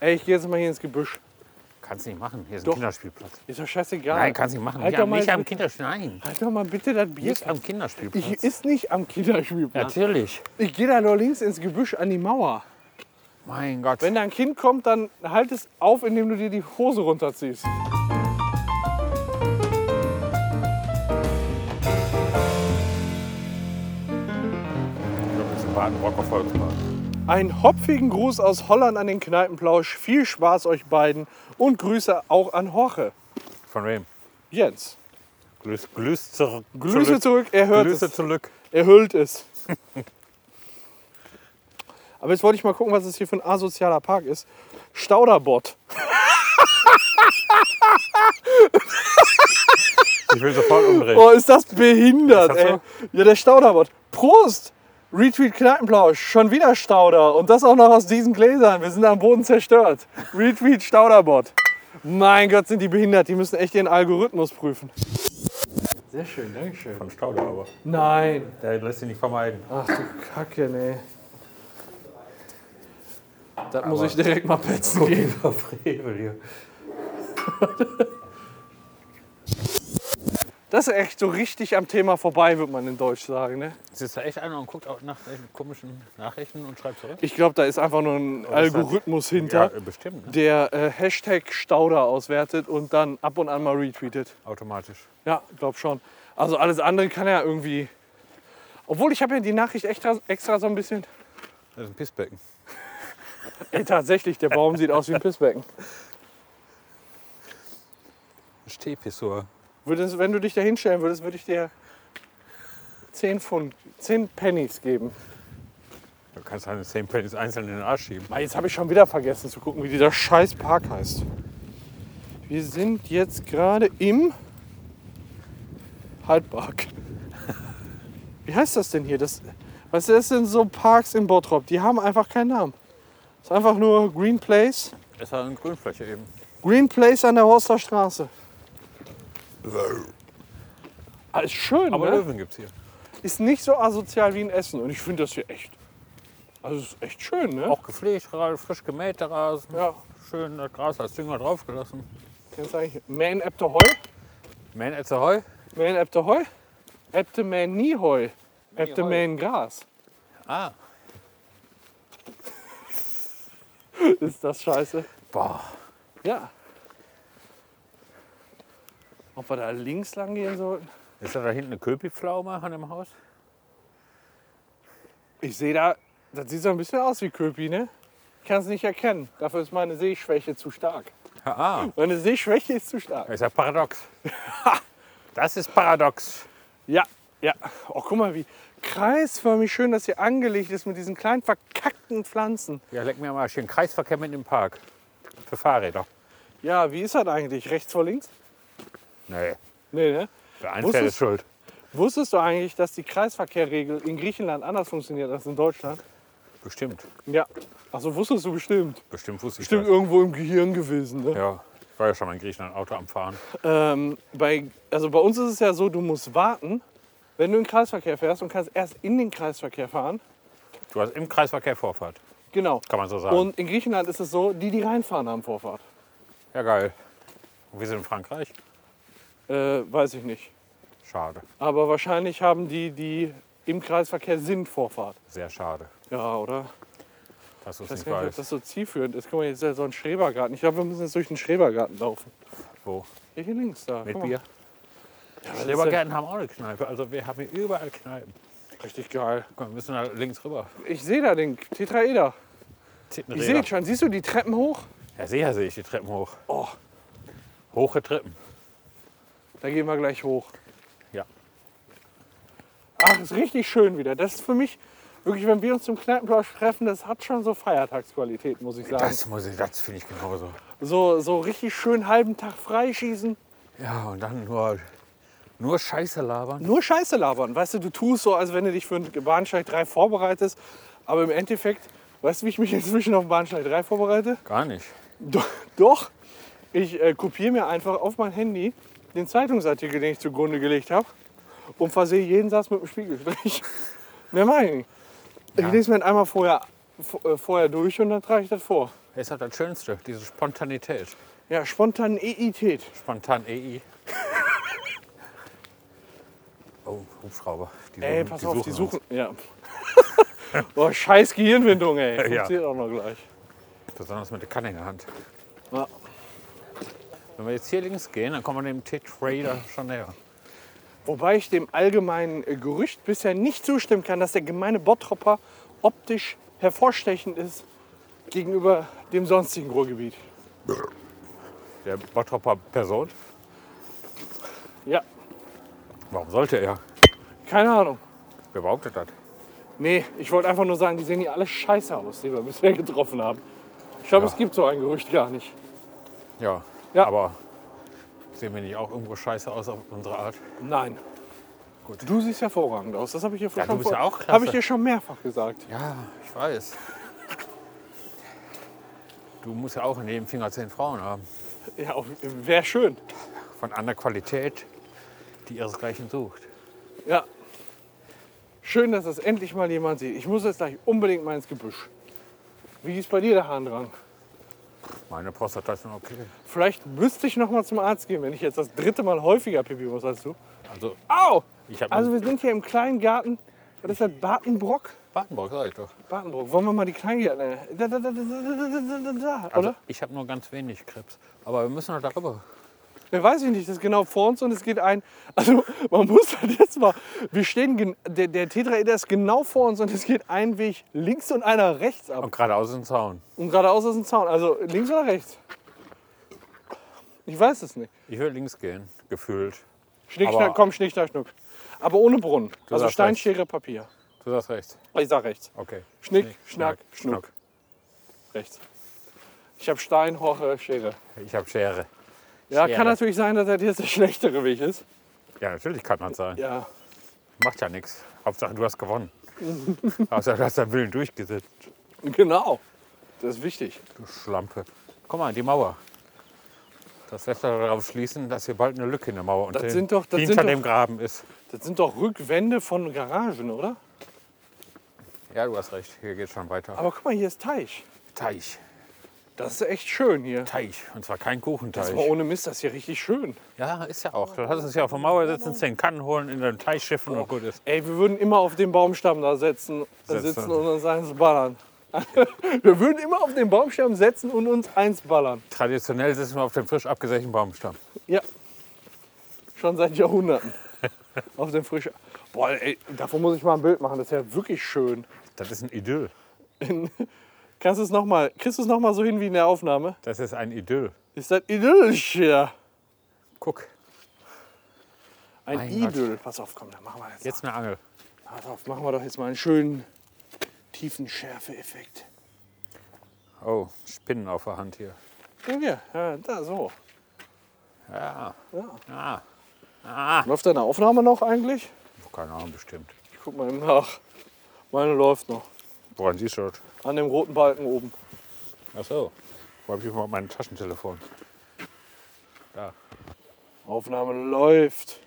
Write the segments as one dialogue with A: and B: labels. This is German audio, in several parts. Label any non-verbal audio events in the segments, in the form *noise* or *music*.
A: Ey, ich gehe jetzt mal hier ins Gebüsch.
B: Kannst nicht machen. Hier ist
A: Doch.
B: ein Kinderspielplatz.
A: Ist doch scheißegal.
B: Nein, kannst nicht machen.
A: Halt
B: Nicht
A: doch
B: am,
A: mal
B: nicht
A: jetzt
B: am
A: bitte-
B: Kinderspielplatz. Nein,
A: Halt doch mal bitte das Bier.
B: nicht am Kinderspielplatz.
A: Ich ist nicht am Kinderspielplatz.
B: Natürlich.
A: Ich gehe da nur links ins Gebüsch an die Mauer.
B: Mein Gott.
A: Wenn da ein Kind kommt, dann halt es auf, indem du dir die Hose runterziehst.
B: Ich glaube, das ist ein Baden-Rocker Volkspark.
A: Einen hopfigen Gruß aus Holland an den Kneipenplausch. Viel Spaß euch beiden und Grüße auch an Jorge.
B: Von wem?
A: Jens.
B: Glüß, glüß zurück.
A: Grüße zurück, er hört
B: Glüße
A: es.
B: zurück.
A: Er hüllt es. *laughs* Aber jetzt wollte ich mal gucken, was es hier für ein asozialer Park ist. Stauderbott.
B: Ich will sofort umdrehen.
A: Oh, ist das behindert,
B: Ist das
A: ey. Ja, der Stauderbot. Prost! Retweet Kneipenplausch, schon wieder Stauder. Und das auch noch aus diesen Gläsern. Wir sind am Boden zerstört. Retweet Stauderbot. Mein Gott, sind die behindert. Die müssen echt ihren Algorithmus prüfen. Sehr schön, danke schön.
B: Von Stauder aber.
A: Nein.
B: Der lässt sich nicht vermeiden.
A: Ach du Kacke, nee. Das muss ich direkt mal petzen gehen.
B: Lieber Frevel hier.
A: Das ist echt so richtig am Thema vorbei, würde man in Deutsch sagen, ne?
B: Sitzt da echt einer und guckt auch nach solchen komischen Nachrichten und schreibt zurück?
A: Ich glaube, da ist einfach nur ein
B: das hat-
A: Algorithmus hinter.
B: Ja, bestimmt. Ne?
A: der äh, Hashtag Stauder auswertet und dann ab und an mal retweetet.
B: Automatisch.
A: Ja, glaub schon. Also alles andere kann er irgendwie. Obwohl ich habe ja die Nachricht extra, extra so ein bisschen.
B: Das ist ein Pissbecken.
A: Ey, tatsächlich, der Baum sieht aus wie ein Pissbecken.
B: Ein Stehpissoir.
A: Würdest, wenn du dich da hinstellen würdest, würde ich dir 10 Pfund, 10 Pennies geben.
B: Du kannst deine 10 Pennies einzeln in den Arsch schieben.
A: Mann, jetzt habe ich schon wieder vergessen zu gucken, wie dieser scheiß Park heißt. Wir sind jetzt gerade im Haltpark. Wie heißt das denn hier? Das, was ist denn so Parks in Bottrop? Die haben einfach keinen Namen. Es ist einfach nur Green Place.
B: Es hat halt eine Grünfläche eben.
A: Green Place an der Horster Straße. Ah, ist schön,
B: Aber
A: ne?
B: Löwen gibt's hier.
A: Ist nicht so asozial wie in Essen. Und ich finde das hier echt. Also es ist echt schön, ne?
B: Auch gepflegt, gerade frisch gemäht der Rasen.
A: Ja.
B: Schön das Gras als Dünger draufgelassen.
A: Kennst du eigentlich Man App der Heu?
B: Man at the Heu.
A: Man äbte Heu? Äbte man nie Heu. Äbte
B: Heu.
A: man Gras.
B: Ah.
A: Ist das scheiße?
B: Boah.
A: Ja. Ob wir da links lang gehen sollten?
B: Ist da, da hinten eine Köpi-Pflaume an dem Haus?
A: Ich sehe da, das sieht so ein bisschen aus wie Köpi, ne? Ich kann es nicht erkennen. Dafür ist meine Sehschwäche zu stark.
B: Ah.
A: Meine Sehschwäche ist zu stark.
B: Ist ja *laughs* paradox. das ist paradox.
A: Ja, ja. Oh, guck mal, wie kreisförmig schön das hier angelegt ist mit diesen kleinen verkackten Pflanzen.
B: Ja, leck mir mal schön Kreisverkehr mit im Park. Für Fahrräder.
A: Ja, wie ist das eigentlich? Rechts vor links?
B: Nee.
A: Nee, ne?
B: Wer eins
A: Muss
B: fährt,
A: es-
B: ist schuld.
A: Wusstest du eigentlich, dass die Kreisverkehrregel in Griechenland anders funktioniert als in Deutschland?
B: Bestimmt.
A: Ja. Achso, wusstest du bestimmt.
B: Bestimmt wusste ich
A: Bestimmt
B: das.
A: irgendwo im Gehirn gewesen. Ne?
B: Ja. Ich war ja schon mal in Griechenland Auto am Fahren.
A: Ähm, bei, also bei uns ist es ja so, du musst warten, wenn du in den Kreisverkehr fährst und kannst erst in den Kreisverkehr fahren.
B: Du hast im Kreisverkehr Vorfahrt.
A: Genau.
B: Kann man so sagen.
A: Und in Griechenland ist es so, die, die reinfahren, haben Vorfahrt.
B: Ja, geil. Und wir sind in Frankreich.
A: Äh, weiß ich nicht.
B: Schade.
A: Aber wahrscheinlich haben die, die im Kreisverkehr sind, Vorfahrt.
B: Sehr schade,
A: Ja, oder?
B: dass du es
A: Ich weiß
B: nicht
A: gar nicht, ob
B: weißt.
A: das so zielführend ist. Guck mal, hier ist ja so ein Schrebergarten. Ich glaube, wir müssen jetzt durch den Schrebergarten laufen.
B: Wo?
A: Hier links da.
B: Mit
A: guck mal.
B: Bier?
A: das ist ja-
B: Schrebergärten haben auch eine Kneipe. Also wir haben hier überall Kneipen.
A: Richtig geil.
B: Guck mal, wir müssen da links rüber.
A: Ich sehe da den Tetraeder. Ich sehe
B: Tittenräder.
A: ihn schon. Siehst du die Treppen hoch?
B: Ja, sicher sehe ich die Treppen hoch.
A: Oh,
B: Hoche Treppen.
A: da gehen wir gleich hoch.
B: Ja.
A: Ach, ist richtig schön wieder. Das ist für mich wirklich, wenn wir uns zum Kneipenplausch treffen, das hat schon so Feiertagsqualität, muss ich sagen.
B: Das muss ich, das finde ich genauso.
A: So, so richtig schön halben Tag freischießen.
B: Ja, und dann nur, nur Scheiße labern.
A: Nur Scheiße labern. Weißt du, du tust so, als wenn du dich für einen Bahnsteig 3 vorbereitest. Aber im Endeffekt, weißt du, wie ich mich *laughs* inzwischen auf Bahnsteig 3 vorbereite?
B: Gar nicht.
A: Doch, doch. ich äh, kopiere mir einfach auf mein Handy den Zeitungsartikel, den ich zugrunde gelegt habe *laughs* und versehe jeden Satz mit dem Spiegelstrich. Mehr mache ich nicht. Ich lese mir den einmal vorher v- äh, vorher durch und dann trage ich das vor.
B: Ist halt das Schönste, diese Spontanität.
A: Ja, E Spontaneität.
B: Spontan E EI. oh, Hubschrauber. Die
A: Ey,
B: suchen-
A: pass auf, die
B: uns.
A: suchen. Ja. *laughs* Boah, scheiß Gehirnwindung, ey.
B: *laughs* Ja.
A: Funktioniert auch noch gleich.
B: Besonders mit der Kanne in der Hand.
A: Ja.
B: Wenn wir jetzt hier links gehen, dann kommen wir dem T-Trader schon näher.
A: Wobei ich dem allgemeinen äh, Gerücht bisher nicht zustimmen kann, dass der gemeine Bottropper optisch hervorstechend ist gegenüber dem sonstigen Ruhrgebiet.
B: Der Bottropper Person.
A: Ja,
B: Warum sollte er?
A: keine Ahnung.
B: Wer behauptet das?
A: Nee, ich wollte einfach nur sagen, die sehen hier alle scheiße aus, die wir bisher getroffen haben. Ich glaube,
B: Ja.
A: es gibt so ein Gerücht gar nicht.
B: Ja,
A: Ja.
B: aber sehen wir nicht auch irgendwo scheiße aus auf unsere Art?
A: Nein. Gut. Du siehst hervorragend aus. Das habe ich dir
B: Ja,
A: schon
B: du bist ja
A: vor-
B: auch klasse.
A: Habe ich dir schon mehrfach gesagt.
B: Ja, ich weiß. Du musst ja auch in jedem Finger zehn Frauen haben.
A: Ja, wäre schön.
B: Von anderer Qualität, die ihresgleichen sucht.
A: Ja. Schön, dass das endlich mal jemand sieht. Ich muss jetzt gleich unbedingt mal ins Gebüsch. Wie ist bei dir der Hahn dran?
B: Meine Prostata ist schon okay.
A: Vielleicht müsste ich noch mal zum Arzt gehen, wenn ich jetzt das dritte Mal häufiger pipi muss als du.
B: Also,
A: Au!
B: ich habe
A: Also wir sind hier im kleinen Garten. Was ist das? Bartenbrock?
B: Badenburg, sag ich doch.
A: Bartenbrock. Wollen wir mal die kleinen Gärten? Da, da, da, da, da, da, da, da, da,
B: Also,
A: oder?
B: ich habe nur ganz wenig Krebs. Aber wir müssen noch darüber.
A: Ne, weiß ich nicht. Das ist genau vor uns und es geht ein. Also man muss halt jetzt mal. Wir stehen. gen- Der, der Tetraeder ist genau vor uns und es geht ein Weg links und einer rechts ab.
B: Und geradeaus in den Zaun.
A: Und geradeaus ist ein Zaun. Also links oder rechts? Ich weiß es nicht.
B: Ich will links gehen, gefühlt.
A: Schnick,
B: Aber-
A: schnack, komm, schnick, schnack, schnuck. Aber ohne Brunnen. also
B: sagst
A: Stein,
B: rechts.
A: Schere, Papier.
B: Du sagst rechts.
A: Ich sag rechts.
B: Okay.
A: Schnick, schnack, schnuck. Rechts. Ich habe Stein, Horche, Schere.
B: Ich habe Schere.
A: Ja,
B: Schere.
A: kann natürlich sein, dass das jetzt der schlechtere Weg ist.
B: Ja, natürlich kann man sein.
A: Ja.
B: Macht ja nichts. Hauptsache, du hast gewonnen.
A: *laughs*
B: Hauptsache, du hast deinen Willen durchgesetzt.
A: Genau. Das ist wichtig.
B: Du Schlampe. Guck mal, die Mauer. Das lässt doch darauf schließen, dass hier bald eine Lücke in der Mauer und
A: Das
B: den-
A: sind doch- das
B: hinter
A: sind doch-
B: dem Graben ist.
A: Das sind doch Rückwände von Garagen, oder?
B: Ja, du hast recht. Hier geht schon weiter.
A: Aber guck mal, hier ist Teich.
B: Teich.
A: Das ist echt schön hier.
B: Teich. Und zwar kein
A: Das
B: Kuchenteich.
A: war ohne Mist, das ist hier richtig schön.
B: Ja, ist ja auch. Du hast es ja auf der Mauer sitzen, zehn Kannen holen, in deinem Teich schiffen
A: Oh
B: und gut ist.
A: Ey, wir würden immer auf dem Baumstamm da setzen,
B: Setzen.
A: sitzen und uns eins ballern. *laughs* wir würden immer auf den Baumstamm setzen und uns eins ballern.
B: Traditionell sitzen wir auf dem frisch abgesägten Baumstamm.
A: Ja. Schon seit
B: *laughs*
A: Jahrhunderten. auf dem frischen. Boah, ey, davon muss ich mal ein Bild machen. Das ist ja wirklich schön.
B: Das ist ein Idyll.
A: Kannst du es nochmal, kriegst du es nochmal so hin wie in der Aufnahme?
B: Das ist ein Idyll.
A: Ist das idyllisch hier?
B: Guck,
A: Ein
B: Mein
A: Idyll. Pass auf, komm, dann machen wir jetzt.
B: jetzt eine Angel.
A: Pass auf, machen wir doch jetzt mal einen schönen tiefen Schärfe-Effekt.
B: Oh, Spinnen auf der Hand hier.
A: Ja, ja, ja, da, so.
B: Ja.
A: Ja.
B: Ah. Ah.
A: Läuft deine Aufnahme noch eigentlich?
B: Keine Ahnung, bestimmt.
A: Ich guck mal eben nach. Meine läuft noch.
B: Woran siehst du das?
A: An dem roten Balken oben.
B: Ach so. Wo habe ich überhaupt mein Taschentelefon? Da.
A: Aufnahme läuft.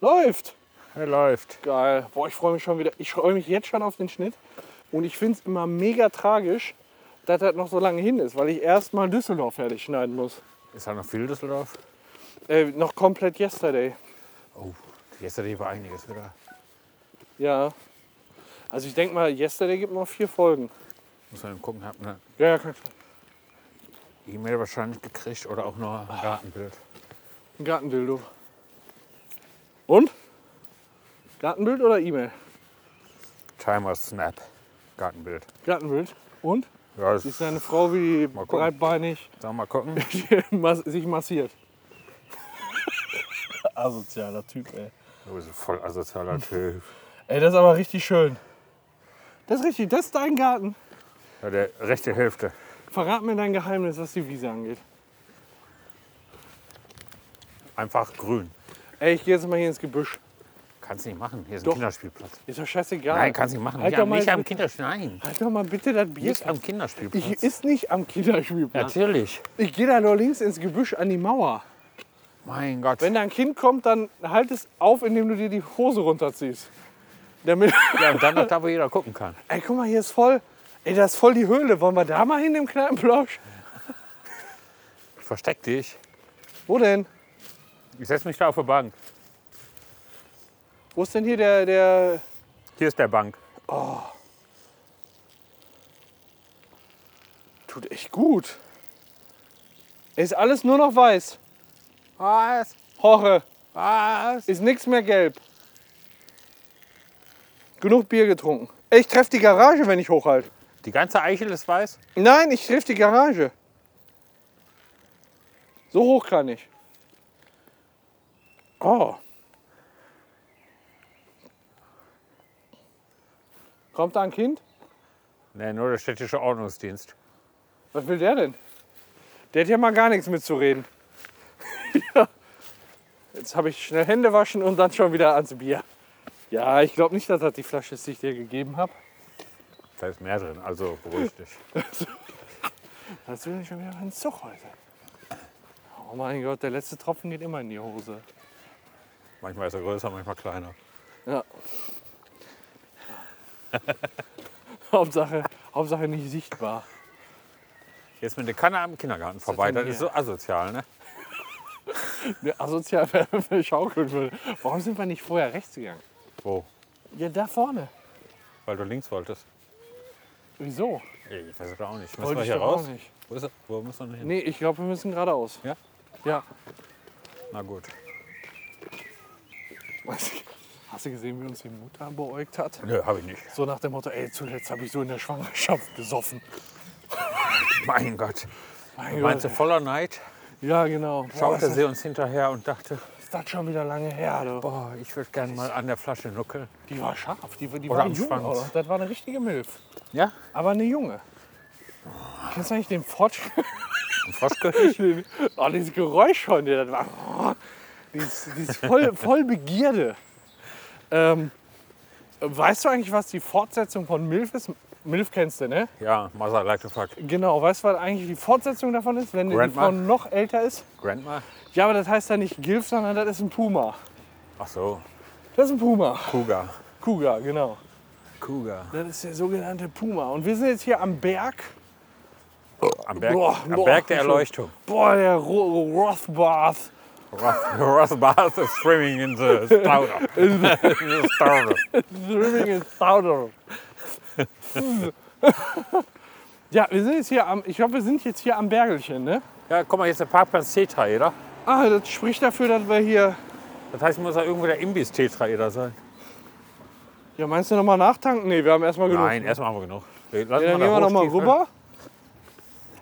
A: Läuft!
B: Er läuft.
A: Geil. Boah, ich freue mich schon wieder. Ich freue mich jetzt schon auf den Schnitt. Und ich finde es immer mega tragisch, dass das noch so lange hin ist, weil ich erst mal Düsseldorf fertig schneiden muss.
B: Ist da noch viel Düsseldorf?
A: Äh, noch komplett yesterday.
B: Oh, yesterday war einiges wieder.
A: Ja. Also ich denke mal, yesterday gibt noch vier Folgen.
B: Muss man eben gucken, hab eine
A: Ja, ja, kann
B: E-Mail wahrscheinlich gekriegt oder auch nur ein Gartenbild.
A: Ein Gartendildo. Und? Gartenbild oder E-Mail?
B: Timer Snap. Gartenbild.
A: Gartenbild. Und?
B: Ja, das,
A: Sie ist eine Frau, wie
B: Mal gucken.
A: breitbeinig *laughs*
B: Sollen wir mal gucken.
A: mas- sich massiert. *laughs* Asozialer Typ, ey.
B: Du bist ein voll asozialer Typ.
A: Ey, das ist aber richtig schön. Das ist richtig, das ist dein Garten.
B: Ja, der rechte Hälfte.
A: Verrat mir dein Geheimnis, was die Wiese angeht.
B: Einfach grün.
A: Ey, ich gehe jetzt mal hier ins Gebüsch.
B: Kannst nicht machen. Hier ist ein
A: Doch.
B: Kinderspielplatz.
A: Ist doch scheißegal.
B: Nein, kannst nicht machen.
A: Halt
B: nicht
A: doch
B: am,
A: mal
B: nicht am
A: bitte-
B: Kinderspielplatz. Nein.
A: Halt doch mal bitte das Bier.
B: Nicht am Kinderspielplatz.
A: Ich ist nicht am Kinderspielplatz.
B: Natürlich.
A: Ich gehe da nur links ins Gebüsch an die Mauer.
B: Mein Gott.
A: Wenn da ein Kind kommt, dann halt es auf, indem du dir die Hose runterziehst. Damit. *laughs*
B: ja, und dann noch da, wo jeder gucken kann.
A: Ey, guck mal, hier ist voll. Ey, das ist voll die Höhle. Wollen wir da mal hin im Kneipenplausch?
B: Ich versteck dich.
A: Wo denn?
B: Ich setze mich da auf die Bank.
A: Wo ist denn hier der, der...
B: Hier ist der Bank.
A: Tut echt gut. Ist alles nur noch weiß.
B: Was?
A: Horche,
B: Was?
A: ist nichts mehr gelb. Genug Bier getrunken. Ey, Ich treffe die Garage, wenn ich hochhalte.
B: Die ganze Eichel ist weiß?
A: Nein, ich treffe die Garage. So hoch kann ich.
B: Oh.
A: Kommt da ein Kind?
B: Nee, nur der städtische Ordnungsdienst.
A: Was will der denn? Der hat ja mal gar nichts mitzureden. *laughs* ja. Jetzt habe ich schnell Hände waschen und dann schon wieder ans Bier. Ja, ich glaube nicht, dass das die Flasche ist, die ich dir gegeben habe.
B: Da ist mehr drin, also *laughs* beruhig dich.
A: Das will ich schon wieder einen Zug heute. Oh mein Gott, der letzte Tropfen geht immer in die Hose.
B: Manchmal ist er größer, manchmal kleiner.
A: Ja. *laughs* Hauptsache, Hauptsache nicht sichtbar.
B: Jetzt mit der Kanne am Kindergarten vorbei,
A: denn
B: das ist so asozial, ne?
A: Der asozial wer schaukeln würde. Warum sind wir nicht vorher rechts gegangen?
B: Wo?
A: Ja, da vorne.
B: Weil du links wolltest.
A: Wieso?
B: Ey, Ich weiß es auch nicht. Müssen
A: Wollte
B: wir
A: ich
B: hier
A: doch auch
B: raus?
A: nicht.
B: Wo, ist er? Wo müssen wir denn hin?
A: Nee, ich glaube, wir müssen geradeaus.
B: Ja?
A: Ja.
B: Na gut.
A: Hast du gesehen, wie uns die Mutter beäugt hat?
B: Nö, habe ich nicht.
A: So nach dem Motto, ey, zuletzt habe ich so in der Schwangerschaft gesoffen.
B: Mein Gott.
A: Mein
B: Meinst du,
A: Gott.
B: voller Neid
A: Ja, genau. Boah,
B: schaute
A: ist
B: sie uns hinterher und dachte,
A: das schon wieder lange her, du.
B: boah, ich würde gerne mal an der Flasche nuckeln.
A: Die war scharf, die, die
B: Oder
A: war
B: am
A: jung.
B: Schwanz.
A: Oder? Das war eine richtige Milf.
B: Ja?
A: Aber eine junge. Kennst du eigentlich den Fortschritt? *laughs*
B: Ein Froschkönig?
A: Oh, dieses Geräusch von dir, das war. *laughs* Oh, dieses, dieses voll, voll Begierde. Ähm, weißt du eigentlich, was die Fortsetzung von Milf ist? Milf kennst du, ne?
B: ja, Mother like to fuck.
A: Genau, weißt du, was eigentlich die Fortsetzung davon ist, wenn die
B: Grandma?
A: Frau noch älter ist?
B: Grandma?
A: Ja, aber das heißt ja nicht Gilf, sondern das ist ein Puma.
B: Ach so,
A: Das ist ein Puma.
B: Cougar.
A: Kuga, genau.
B: Cougar.
A: Das ist der sogenannte Puma. Und wir sind jetzt hier am Berg.
B: Am Berg,
A: Boah,
B: am
A: boah,
B: Berg der
A: schon.
B: Erleuchtung.
A: Boah, der Ro Rothbard.
B: Ross, Ross Barth is swimming in the stauder.
A: *laughs*
B: *laughs* in the stauder.
A: Swimming in Powder. ja, wir sind jetzt hier am. Ich glaube, wir sind jetzt hier am Bergelchen, ne?
B: Ja, guck mal, jetzt der Parkplatz Tetraeder.
A: Ah, das spricht dafür, dass wir hier.
B: Das heißt, muss ja irgendwo der Imbiss Tetraeder sein.
A: Ja, meinst du nochmal nachtanken? Nee, wir haben erstmal genug.
B: Nein, erstmal haben wir genug. Wir Lassen
A: Genau. Ja, dann
B: da ne?
A: gehen wir nochmal
B: hochstiefeln.
A: rüber.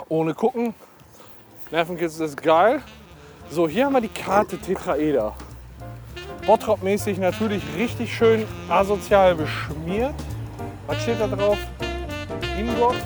A: Ohne gucken. Nervenkitzel ist geil. So, hier haben wir die Karte Tetraeder. Bottrop-mäßig natürlich richtig schön asozial beschmiert. Was steht da drauf? Ingolf?